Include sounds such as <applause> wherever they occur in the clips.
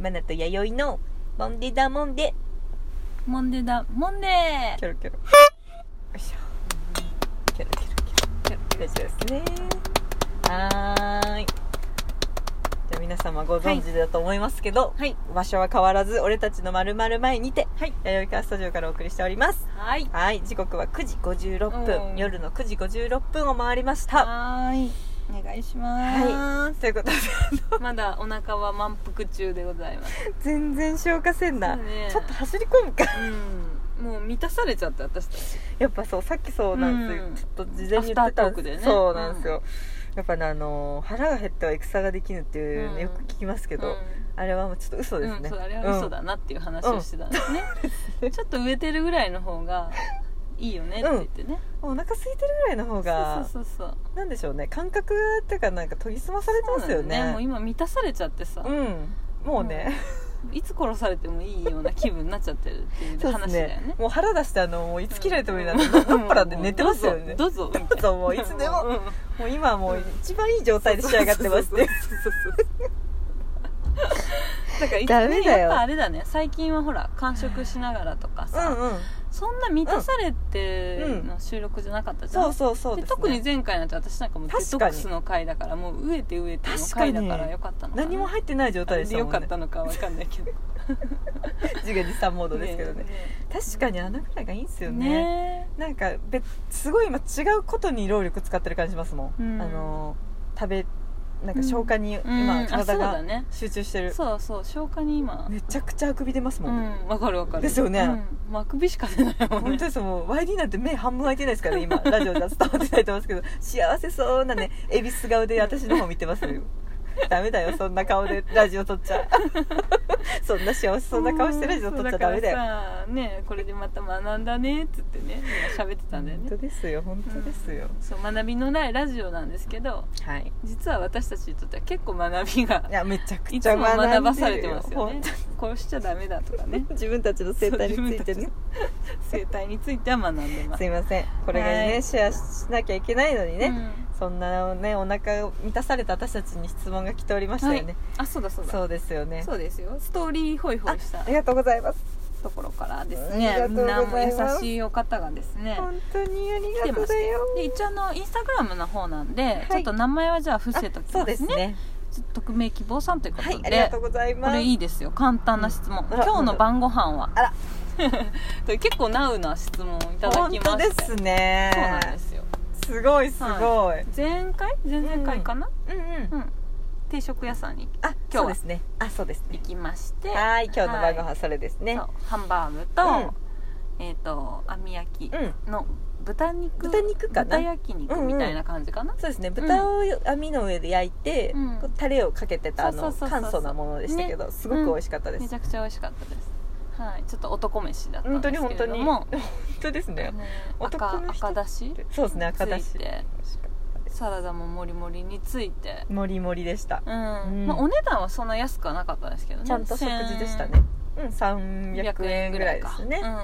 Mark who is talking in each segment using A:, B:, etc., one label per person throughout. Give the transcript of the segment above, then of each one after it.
A: マナと弥生のモンデダモンデ
B: モンデーだモンデー
A: キョロキョロよいしょキョロキョロキョロキョロ大丈夫ですねはーいじゃあ皆様ご存知だと思いますけど、
B: はい
A: 場所は変わらず俺たちのまるまる前にて、
B: はい
A: 弥生川スタジオからお送りしております
B: はい
A: はい時刻は9時56
B: う
A: 分
B: ん
A: 夜の9時56分を回りました
B: はーいお願いしま、
A: はいということです
B: まだお腹は満腹中でございます
A: 全然消化せんな、
B: そうね
A: ちょっと走り込むか
B: うんもう満たされちゃった私たち
A: やっぱそうさっきそうなんですよ、
B: うん
A: ちょっと事前に言ってた
B: アフタートークでね
A: そうなんですよ、やっぱねあのー腹が減っては戦ができぬっていうね、
B: うん
A: よく聞きますけ
B: け
A: ど、あれはもうちょっと嘘
B: うん
A: で
B: う
A: す
B: ん
A: ね、
B: そうあれは嘘だなっていう話をしてたんですね、ちょっと植えてるぐらいの方がいいよねって言ってね、
A: うん、お腹空いてるぐらいの方が
B: そうそうそうそう
A: なんでしょうね感覚っていうかなんか研ぎ澄まされてますよ
B: そうなの
A: ね
B: もう今満たされちゃってさ、
A: うんもうね、
B: いつ殺されてもいいような気分になっちゃってるっていう
A: そうで
B: 話
A: す
B: だよ
A: ね
B: ね
A: もう腹出してあのもういつ切られてもいいなって、どっからで寝てますよね
B: どうぞどうぞ
A: どうぞもういつでも
B: うん
A: もう今はもう一番いい状態で仕上がってますっていう
B: そうそうそうだからいつ
A: ダメだよ
B: やっぱあれだね最近はほら完食しながらとか
A: う
B: さ、
A: んうん
B: そんな満たされての収録じゃなかったじゃん、
A: そうそうそう
B: で
A: です、ね、
B: 特に前回なんて私なんかもうデ
A: 確か
B: ト
A: に
B: ックスの回だからもう飢えて飢えての回だからよかったのかな
A: 何も入ってない状態でした
B: よ
A: もんね
B: かったのかわかんないけど
A: <laughs> 自画自賛モードですけどね確かにあのぐらいがいいんですよ <laughs> ね
B: ね
A: なんか別すごい今違うことに労力使ってる感じしますもん、
B: うん
A: あの食べなんか消化に今
B: うん
A: 体
B: あそうだ
A: が
B: ね
A: 集中してる、
B: そうそう消化に今
A: めちゃくちゃあくび出ます
B: う
A: もん、
B: んわかるわかる
A: ですよね
B: うんまああくびしか出ないもん
A: 本
B: ね
A: 当ですもう YD なんて目半分開いてないですから
B: <laughs>
A: 今ラジオじゃ伝わってないと思いますけど幸せそうなね恵比寿顔で私の方見てます
B: <laughs>
A: よダメだよそんな顔でラジオ撮っちゃそんな幸せそうな顔してラジオ撮っちゃダメだよ
B: そうからさねこれでまた学んだねっつってね今喋ってたんだよ
A: 本
B: ね
A: 当ですよ本当ですよ、
B: そう学びのないラジオなんですけど
A: はい
B: 実は私たちにとっては結構学びが
A: いやめちゃく
B: い
A: ち
B: つ
A: ゃ
B: も
A: んでるよ
B: 学ばされてますよね
A: 本当
B: こうしちゃダメだと
A: <laughs>
B: かね
A: 自分たちの生態について
B: そう自分
A: ね
B: 生態については学んでます
A: すいませんこれがね、
B: はい
A: シェアしなきゃいけないのにね、そんなねお腹を満たされた私たちに質問が来ておりましたよね、
B: うんあそうだそうだ
A: そうですよね
B: そうですよストーリーホイホイし
A: あ
B: た
A: ありがとうございます
B: ところからですね
A: あ
B: み
A: り
B: ん
A: が
B: な
A: とうご
B: も
A: ざい
B: 優
A: ます
B: しいお方がですね
A: 本当にあ
B: 来て
A: りがと
B: ま
A: う
B: し
A: だ
B: て
A: よ
B: で一応あのインスタグラムの方なんで、
A: い
B: ちょっと名前はじゃあ伏せとき
A: そ
B: ま
A: うですす
B: ね
A: ね
B: ちょっと匿名希望さんというこ
A: はい
B: と
A: あ
B: で、
A: りがとうござい
B: こ
A: ます
B: れいいですよ簡単な質問、
A: うんあら
B: 今日の晩ご飯は
A: あ
B: <laughs>
A: ら
B: という結構ナウな質問をいただ
A: 本
B: き
A: 当
B: ま
A: で
B: して
A: す
B: そうな
A: ね
B: んですよ
A: すごいすごい、
B: は前回前々回かな、
A: うんうん
B: うん定食屋さんに
A: あ
B: 今日は
A: そうですねあそうですね
B: 行きまして
A: はい今日の晩ご
B: は
A: 飯それです
B: い
A: ね、
B: そうハンバーグと、えっ、と網焼き
A: うん
B: の豚肉
A: 豚肉かな
B: 豚焼肉みたいな感じかな、
A: そうですね豚を網の上で焼いて、
B: うん
A: こうタレをかけてたあ
B: そう
A: の
B: そうそうそう
A: 簡素なものでしたけど、
B: ね
A: すごく美味しかったです、
B: めちゃくちゃ美味しかったですはいちょっと男飯だったん
A: 本当
B: で
A: に
B: す
A: 本
B: け
A: 当
B: れ
A: に
B: ど
A: 本
B: も
A: 当ですね
B: <laughs> ね
A: 男
B: 赤
A: の人
B: 赤だし
A: そうですね赤だし
B: ついてサラダももりもりについて
A: もりもりでした
B: うん、
A: うん
B: まあ、お値段はそんな安くはなかったですけどね
A: ちゃんと食事でしたねうん300
B: 100
A: 円
B: 円
A: ぐ
B: ぐ
A: ら
B: ら
A: い
B: い
A: で
B: か
A: すね、
B: うんうん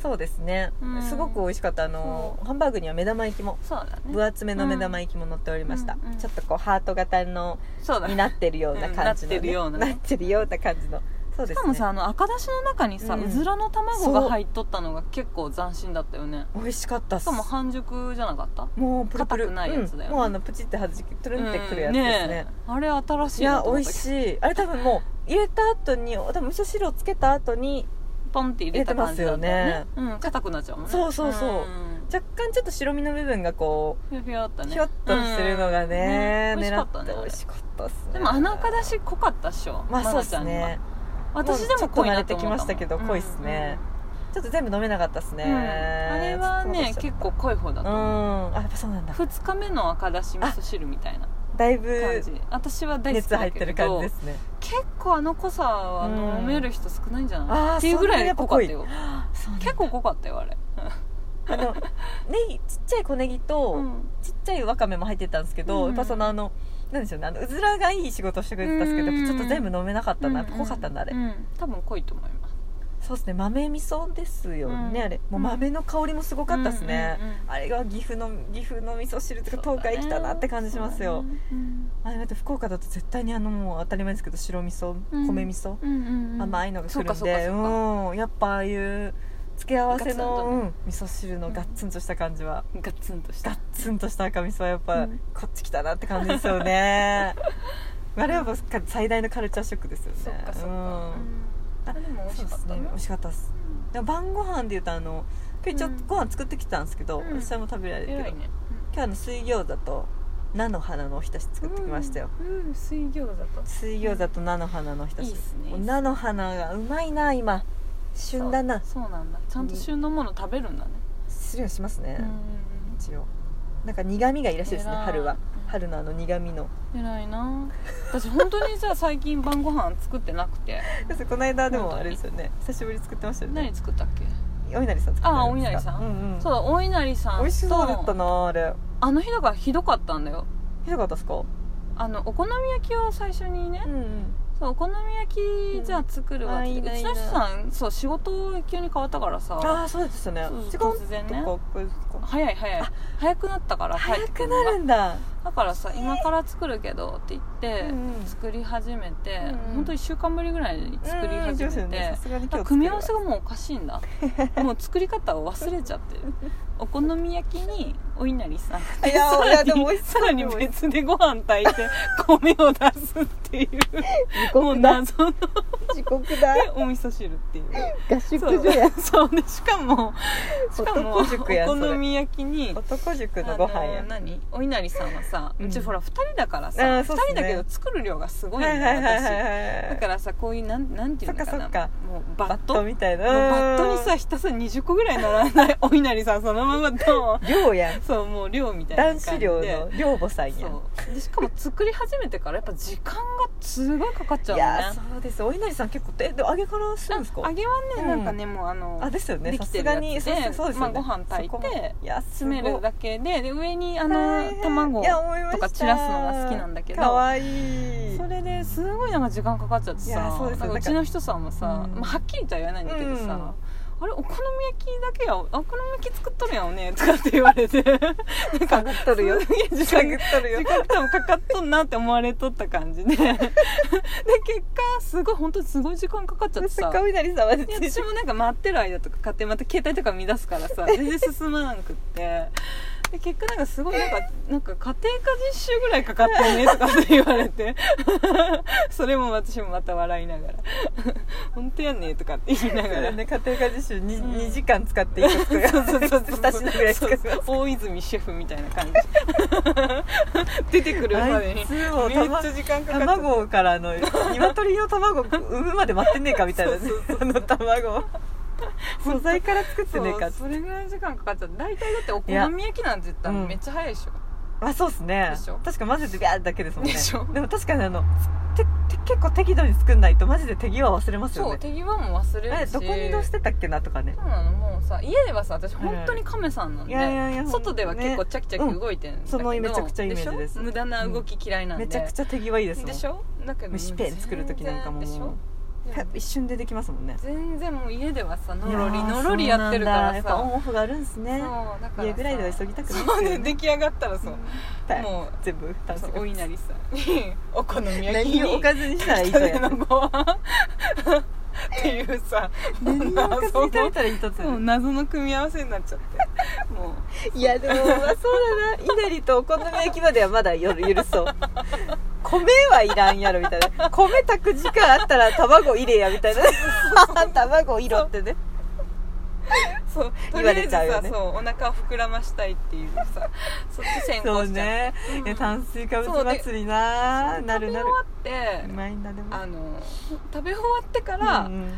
A: そうですね、
B: うん
A: すごく美味しかったあの
B: そ
A: ハンバーグには目玉焼きも
B: そうだ
A: 分
B: ね
A: 厚めの目玉焼きも乗っておりました、
B: うんうん
A: ちょっとこうハート型
B: <laughs>
A: の
B: そうだ
A: に
B: ね
A: なってるような感じの、ね
B: うんなってるような
A: なってるような感じのそうで
B: し
A: す
B: か
A: ね
B: もさあの赤だしの中にさ、
A: うん
B: うずらの卵が入っとったのが結構斬新だったよね
A: 美味しかったっ
B: し
A: す
B: かも半熟じゃなかった
A: もうプルプル
B: 硬くないやつだよね
A: うんもうあのプチって弾けトゥルンってくるやつ
B: う
A: で
B: ん
A: すね,、
B: ねえあれ新し
A: い
B: いな
A: や
B: と思
A: 美
B: っ
A: 味
B: たけど
A: しいあれ多分もう入れた後に多分味噌汁をつけた後に
B: ポンって入れた感じだったよ
A: 入れ
B: ね
A: て
B: うん硬くなっちゃうもんね
A: そうそうそうん若干ちょっと白身の部分がこ
B: ひょひょっと
A: う
B: ね
A: ひょっとするのがね,、
B: うん美味しかったね
A: 狙って美味しかったっすね
B: でもあの赤だし濃かったっしょ
A: まあそう
B: 愛
A: っ
B: 菜ち
A: す
B: ゃんには
A: ね
B: 私でも濃いなと思ったもん
A: ちょっと慣れてきましたけど濃いっすねちょっと全部飲めなかったっす
B: うん
A: ね、
B: うんうんあれはね
A: ちょっ
B: 結構濃い方だ
A: と
B: と
A: う
B: 思うん
A: あやっぱそうなんだ
B: 2日目の赤だし味噌汁みたいな
A: だい
B: 感
A: ぶ
B: じ私は大好き
A: 熱入
B: だ
A: って
B: け
A: る感
B: ど
A: じですね
B: 結構あの濃さは
A: うん
B: 飲める人少ないんじゃ
A: あ
B: な
A: ー
B: いっていうぐらい濃かったよ
A: そうなんだ
B: 結構濃かったよあれ
A: あのネギちっちゃい小ネギと、
B: うん
A: ちっちゃいわかめも入ってたんですけど、
B: うん
A: やっぱそのあのなんでしょうねあのうずらがいい仕事してくれてたんですけど、
B: うん
A: やっぱちょっと全部飲めなかったな、やっぱ濃かったんだあれ、
B: うん多分濃いと思います
A: そうですね豆味噌ですよね、
B: うん
A: あれもう豆の香りもすごかったですね、
B: うんうんうん
A: あれが岐阜の岐阜の味噌汁とか東海来たなって感じしますよ、あれだって福岡だと絶対にあのもう当たり前ですけど白味噌、
B: うん
A: 米味噌、甘いのが来るん
B: そうかそうか
A: で
B: そううか
A: んやっぱああいう付け合わせ
B: ガツンと
A: の、
B: ね
A: うん、味噌汁のガッツンとした感じは、
B: ガツンとし
A: ガ
B: た
A: ッツンとした赤味噌はやっぱ、
B: うん
A: こっち来たなって感じですよ
B: <laughs>
A: ねあれはやっぱ最大のカルチャーショックですよね
B: そっかそっか、
A: うん
B: あでも美味
A: そうで
B: しかっ
A: す
B: た
A: ね美味しかったですでも晩ご飯でいうとあの今日一応
B: うん
A: ご飯作ってきたんですけど、
B: うん
A: それも食べられるけど、
B: 偉いね
A: 今日あの水餃子と菜の花のおひたし作ってきましたよ、
B: うん、うん水餃子と
A: 水餃子と菜の花のおひたし
B: いいっすね
A: もう菜の花がうまいな今旬だな
B: そうそうなんだちゃんと旬のもの食べるんだね
A: するようにしますね
B: うん、
A: 一応なんか苦味がいいらしいですね
B: 偉い
A: 春は
B: うん
A: 春のあの苦味の
B: うん偉いな私本当にさ最近晩ご飯作ってなく
A: <laughs>
B: て
A: そうこの間でもあれですよね久しぶりに作ってましたよね
B: 何作ったっけ
A: お稲荷さん作った
B: あお稲荷さん
A: うんうん
B: そうだお稲荷さんと
A: 美味しそうだったなあれ
B: あの日だからひどかったんだよ
A: ひどかったですか
B: あのお好み焼きを最初にね、
A: んうん
B: そうお好み焼きじゃあ作るわって言って、
A: うんあ
B: う
A: いい
B: ち
A: な
B: の人さんそう仕事急に変わったからさ
A: ああそうですよね
B: そう
A: 時間
B: 突然ね
A: とかこれですか
B: 早い早い早くなったから帰っ
A: 早
B: てく
A: く
B: るのが
A: なるんだ
B: だからさ今から作るけどって言って、
A: うんうん
B: 作り始めて、
A: うんうん
B: 本当に1週間ぶりぐらいに作り
A: うん
B: 始
A: 上手
B: め
A: よね
B: て
A: さ、すがに今日作るわ
B: 組み合わせがもうおかしい
A: <laughs>
B: んだもう作り方を忘れちゃってるお好み焼きにお稲荷さん
A: いやいやでも美味し
B: さ
A: そう
B: らに別でご飯炊いて米を出すっていう
A: 地
B: もう
A: 獄だ
B: 謎の
A: 地獄だ
B: お味噌汁っていう
A: 合宿所や
B: そうでしかもしかもお
A: 男塾やそれ
B: 好み焼きに
A: 男塾のご飯や
B: あの何お稲荷さんはさ、う
A: うん
B: ちほら2人だからさ、
A: あー
B: 2
A: そうっすね
B: 人だけど作る量がすごい
A: は
B: の
A: い
B: よ、
A: はいはいはい
B: 私
A: は
B: だ
A: い
B: からさこういうなんなんていうのかな
A: そっか
B: もう
A: バ
B: バッ
A: ッ
B: ト
A: トみたいな
B: もうバットにさひたすら20個ぐらい並んだお稲荷さんそのまま
A: <laughs>
B: と <laughs>
A: 量やん
B: そうもう量みたいな
A: 男
B: 感じ
A: 子
B: で
A: 寮の寮母さんやん
B: そうでしかも作り始めてからやっぱ時間がすごいかかっちゃ
A: いうや
B: のね
A: そうですお稲荷さん結構えでも揚げからするんですか
B: 揚げはね、
A: うん
B: なんかねもうあの
A: あですよね
B: で
A: さ
B: きて
A: す
B: るや
A: が
B: つで
A: にそうそうそうですよね
B: まあご飯炊いて
A: そこもいやすごい
B: 詰めるだけでで上にあ
A: は
B: の
A: いはい
B: 卵
A: いや思いました
B: とか散らすのが好きなんだけど
A: かわいい
B: それですごいなんか時間かかっちゃって
A: いや
B: さ
A: そうですよ
B: なんかうちの人さんもさ、
A: うん
B: まあ、はっきりとは言わないんだけどさ、あれお好み焼きだけやお好み焼き作っとるやんおねとかって言われてなんか
A: <laughs> 探っとるよ
B: すげえ時間
A: 探っとるよ
B: 時間多分かかっとんなって思われとった感じでで結果すごい本当にすごい時間かかっちゃって
A: す
B: さ
A: っごいお稲荷さんはね
B: いや私もなんか待ってる間とか買ってまた携帯とか乱すから <laughs> さ全然進まなくってで結果なんかすごいなんかなんか家庭科実習ぐらいかかったねとかって言われて <laughs> それも私もまた笑いながら <laughs> 「本当やね」とかって言いな <laughs> がら。
A: ね、家庭科実習に、
B: うん
A: 2時間使っていくつか <laughs> 2品ぐらい使って
B: 大泉シェフみたいな感じ <laughs> 出てくるま
A: あ
B: でにめ
A: い
B: っ
A: つ
B: ち
A: もたま
B: ゃ時間かかっちゃった
A: 卵からの鶏の卵産むまで待ってねえかみたいなねあの卵素材から作ってねえか
B: そうそれぐらい時間かかっちゃって大体だってお好み焼きなんて言ったら
A: いや
B: めっちゃ早いでしょ、
A: あそうっすね
B: でしょ
A: 確か混ぜてビャーだけですもんね
B: でしょ
A: も確かにあのてて結構適度に作んないとマジで手際忘れます
B: そ
A: よ
B: う
A: ね
B: 手際も忘れ
A: あれ
B: るし
A: どこにどうしてたっけなとかね
B: そうなのもうさ家ではさ私本当に亀さんなんで、
A: いやいやいや
B: 外では結構
A: ね
B: チャキチャキ動いてるんだけど、
A: うんそのめちゃくちゃイメージです
B: しょ無駄な動き嫌いなんで、
A: めちゃくちゃ手際いいですもん
B: でしょだけど
A: 虫ペン作る時なんかも
B: 全然でしょ
A: パッ一瞬でできますもんね
B: 全然もう家ではさの
A: いや
B: ろり
A: ー
B: のろりやってるから
A: そう
B: さ
A: なんだやっぱオンオフがあるんすね
B: そうだからさ
A: 家ぐらいでは急ぎたくないです
B: そう
A: よね
B: ね出来上がったらそう、もう
A: 全部炭
B: そ
A: 水
B: うお
A: 化
B: 稲
A: <laughs>
B: 荷さんにお好み焼きに
A: 何をおかずにしたらいいとや
B: のご飯っていうさ
A: 何をおかずに食べたらいいとって
B: そう謎の組み合わせになっち
A: <laughs>
B: ゃっても
A: いやでもまあそうだな稲荷とお好み焼きまではまだ夜許そう米はいらんやろみたいな米炊く時間あったら卵入れやみたいな卵いろってね
B: うそうと
A: 言
B: りあ
A: わ
B: え
A: れ
B: ず
A: ちゃ
B: さ
A: うよね
B: そうお腹を膨らましたいっていうさそっち先
A: そ
B: 行
A: う
B: しちゃっ
A: ね、
B: うん
A: いや炭水化物祭りな
B: て、
A: なるなる
B: 食べ終わ
A: う
B: って
A: まいんだでも
B: あの食べ終わってから、
A: うんうん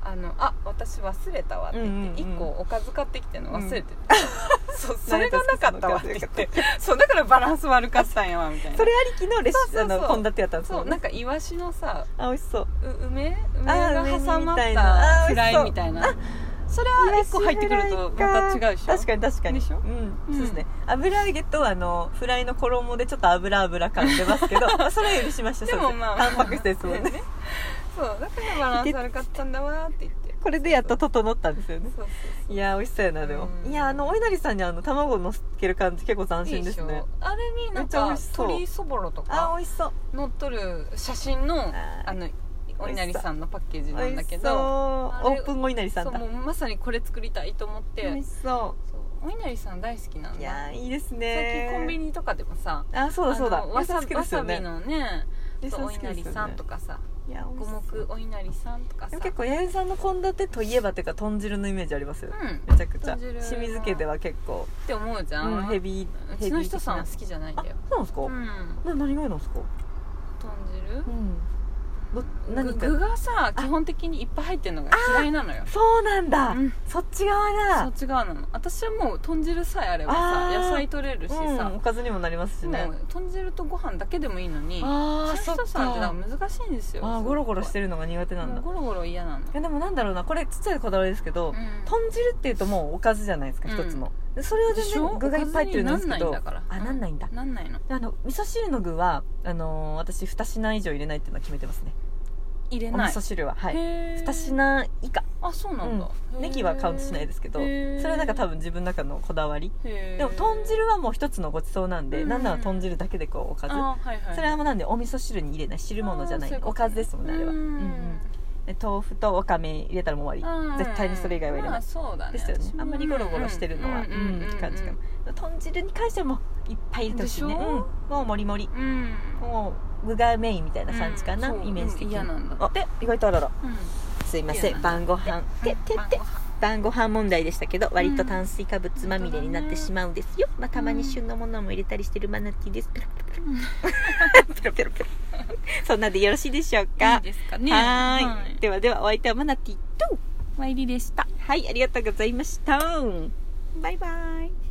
B: あのあ私忘れたわって言って、
A: うんうんうん
B: 1個おかず買ってきてんの忘れてた、 <laughs> そうそ
A: 慣
B: れ
A: れ
B: が
A: た
B: なかったわって言ってそうだからバランス悪かったんやわみたいな
A: それありきのレシ
B: そうそう
A: あ
B: そう
A: の献立やったんです
B: そ
A: も
B: うんなん
A: ね
B: かイワシのさ
A: あ美味しそう
B: う梅梅
A: あ
B: が
A: ー梅に
B: 挟まっ
A: みたいなあ
B: た
A: ー
B: フラ
A: 美
B: イ
A: 味
B: み
A: しそう
B: たいなそれは1個入ってくるとまた違うでしょ
A: 確かに確かに
B: でしょ
A: うん
B: うん
A: そうですね油揚げとあのフライの衣でちょっと油油感出ますけ
B: <laughs>
A: どまあそれは許しました
B: でも
A: それ
B: まあ
A: タンパク質ですもんね
B: そうだからバランス悪かったんだわーって言って
A: 献これでやっと整ったんですよね
B: そうそうそう
A: いやー美味しそうやなでも、
B: うん
A: いやーあのお稲荷さんにあの卵のせける感じ結構斬
B: い
A: 新
B: い
A: で
B: ですし
A: ね
B: ょあれになん
A: めっちゃ美
B: か
A: 味しそう
B: 鳥そぼろと
A: あー
B: か
A: 美味しそう
B: 乗っとる写真の
A: あー
B: あのお稲荷さんのパッケージなん
A: 美
B: だ
A: 味
B: け
A: しそう
B: ど
A: オープンお稲荷さ
B: そ
A: ん
B: う
A: だ
B: もうまさにこれ作りたいと思っ
A: 美味
B: て
A: しそ
B: そうお稲荷さん大好きなん
A: うい
B: だ
A: やーいいです
B: 最
A: ね
B: 近コンビニとかでもさ
A: あそうだそうだ
B: あのわさ
A: 野菜好きで
B: わ
A: すよ
B: さ
A: ね
B: びのね
A: 野
B: そう
A: 菜好きで
B: お稲
A: す
B: 荷
A: よね
B: さんとかさ
A: いや美味
B: 五
A: しそう
B: 目お稲荷さんとか
A: で
B: さ
A: も結構八重さんの献立といえばっていうか豚汁のイメージありますよ、
B: うん
A: めちゃくちゃ
B: 豚汁
A: 清水家では結構、
B: って思うじゃ
A: うん
B: ん、
A: ヘビー
B: う
A: ヘビー的
B: ち
A: な
B: の人さんは好きじゃないん
A: あ
B: だよ
A: そうなんですか、
B: うん
A: な何がいいなんですか
B: 豚汁
A: うんど
B: 具
A: 何か
B: 具がさ基本的にいっぱい入ってるのが嫌いなのよ
A: そうなんだ、
B: うん
A: そっち側
B: そ
A: だ
B: っち側なの私はもう豚汁さえあればさ
A: あー
B: 野菜取れるし
A: うん、
B: さ
A: お、かずにもなりますしね
B: もう豚汁とご飯だけでもいいのに
A: ああ
B: そういう
A: そっ
B: 人さんってな
A: か
B: んか難しいんですよ
A: あーゴロゴロして
B: る
A: るのが苦手なんだ
B: ゴロゴロ嫌なの
A: いやでもなんだろうなこれちっちゃいこだわりですけど、
B: うん
A: 豚汁っていうともうおかずじゃないですか
B: うん
A: 一つの、でそれは
B: で
A: 全
B: しょ
A: 然具がいっぱい入ってるんですけ
B: お
A: ど
B: かずになんないんだから
A: あなんないんだ、
B: うなんないの
A: あの味噌汁の具はあのー私2品以上入れないっていうのは決めてますね
B: 入れ
A: お
B: ない
A: 味噌汁ははい
B: へー
A: 2品以下
B: あそうなんだ、
A: うんネギはカウントしないですけどそれはなんか多分自分の中のこだわり
B: で
A: でも豚汁はもう一つのごちそうなんで、
B: うん
A: なんなら豚汁だけでこうおかず
B: あはいはい
A: それはもうなんでお味噌汁に入れない汁物じゃない
B: あーそういうこと
A: おかずですもんねあれは、
B: う
A: うんんうんで豆腐とわかめ入れたらもう終わり、
B: うん
A: 絶対にそれ以外は入れない
B: まあそうだね
A: ですよね
B: 私も
A: あんまりゴロゴロしてるのはうんって感じかな豚汁に関してはもういっぱい入れてほしいね、
B: でしょ
A: うんもうもりもり
B: うん
A: もう具がメインみたいな感じかな、
B: うんそう
A: イメージ的に
B: うん嫌なんだ
A: あで意外とあらら
B: うん
A: すいま
B: 嫌
A: せ
B: なん
A: ん
B: だ
A: 晩ご飯てて
B: 晩
A: て
B: ご飯
A: 晩ご飯問題でしたけど割
B: う
A: と
B: ん
A: 炭水化物まみれになってしまうんですよ、まあ、たまに旬のものも入れたりしてるマナティーですペロペロペロペロペロペ <laughs> ロそんなでよろしいでしょう
B: いい
A: か
B: ですかね
A: はーいではではお相手はマナティーと
B: 参りでした
A: はいありがとうございましたバイバイ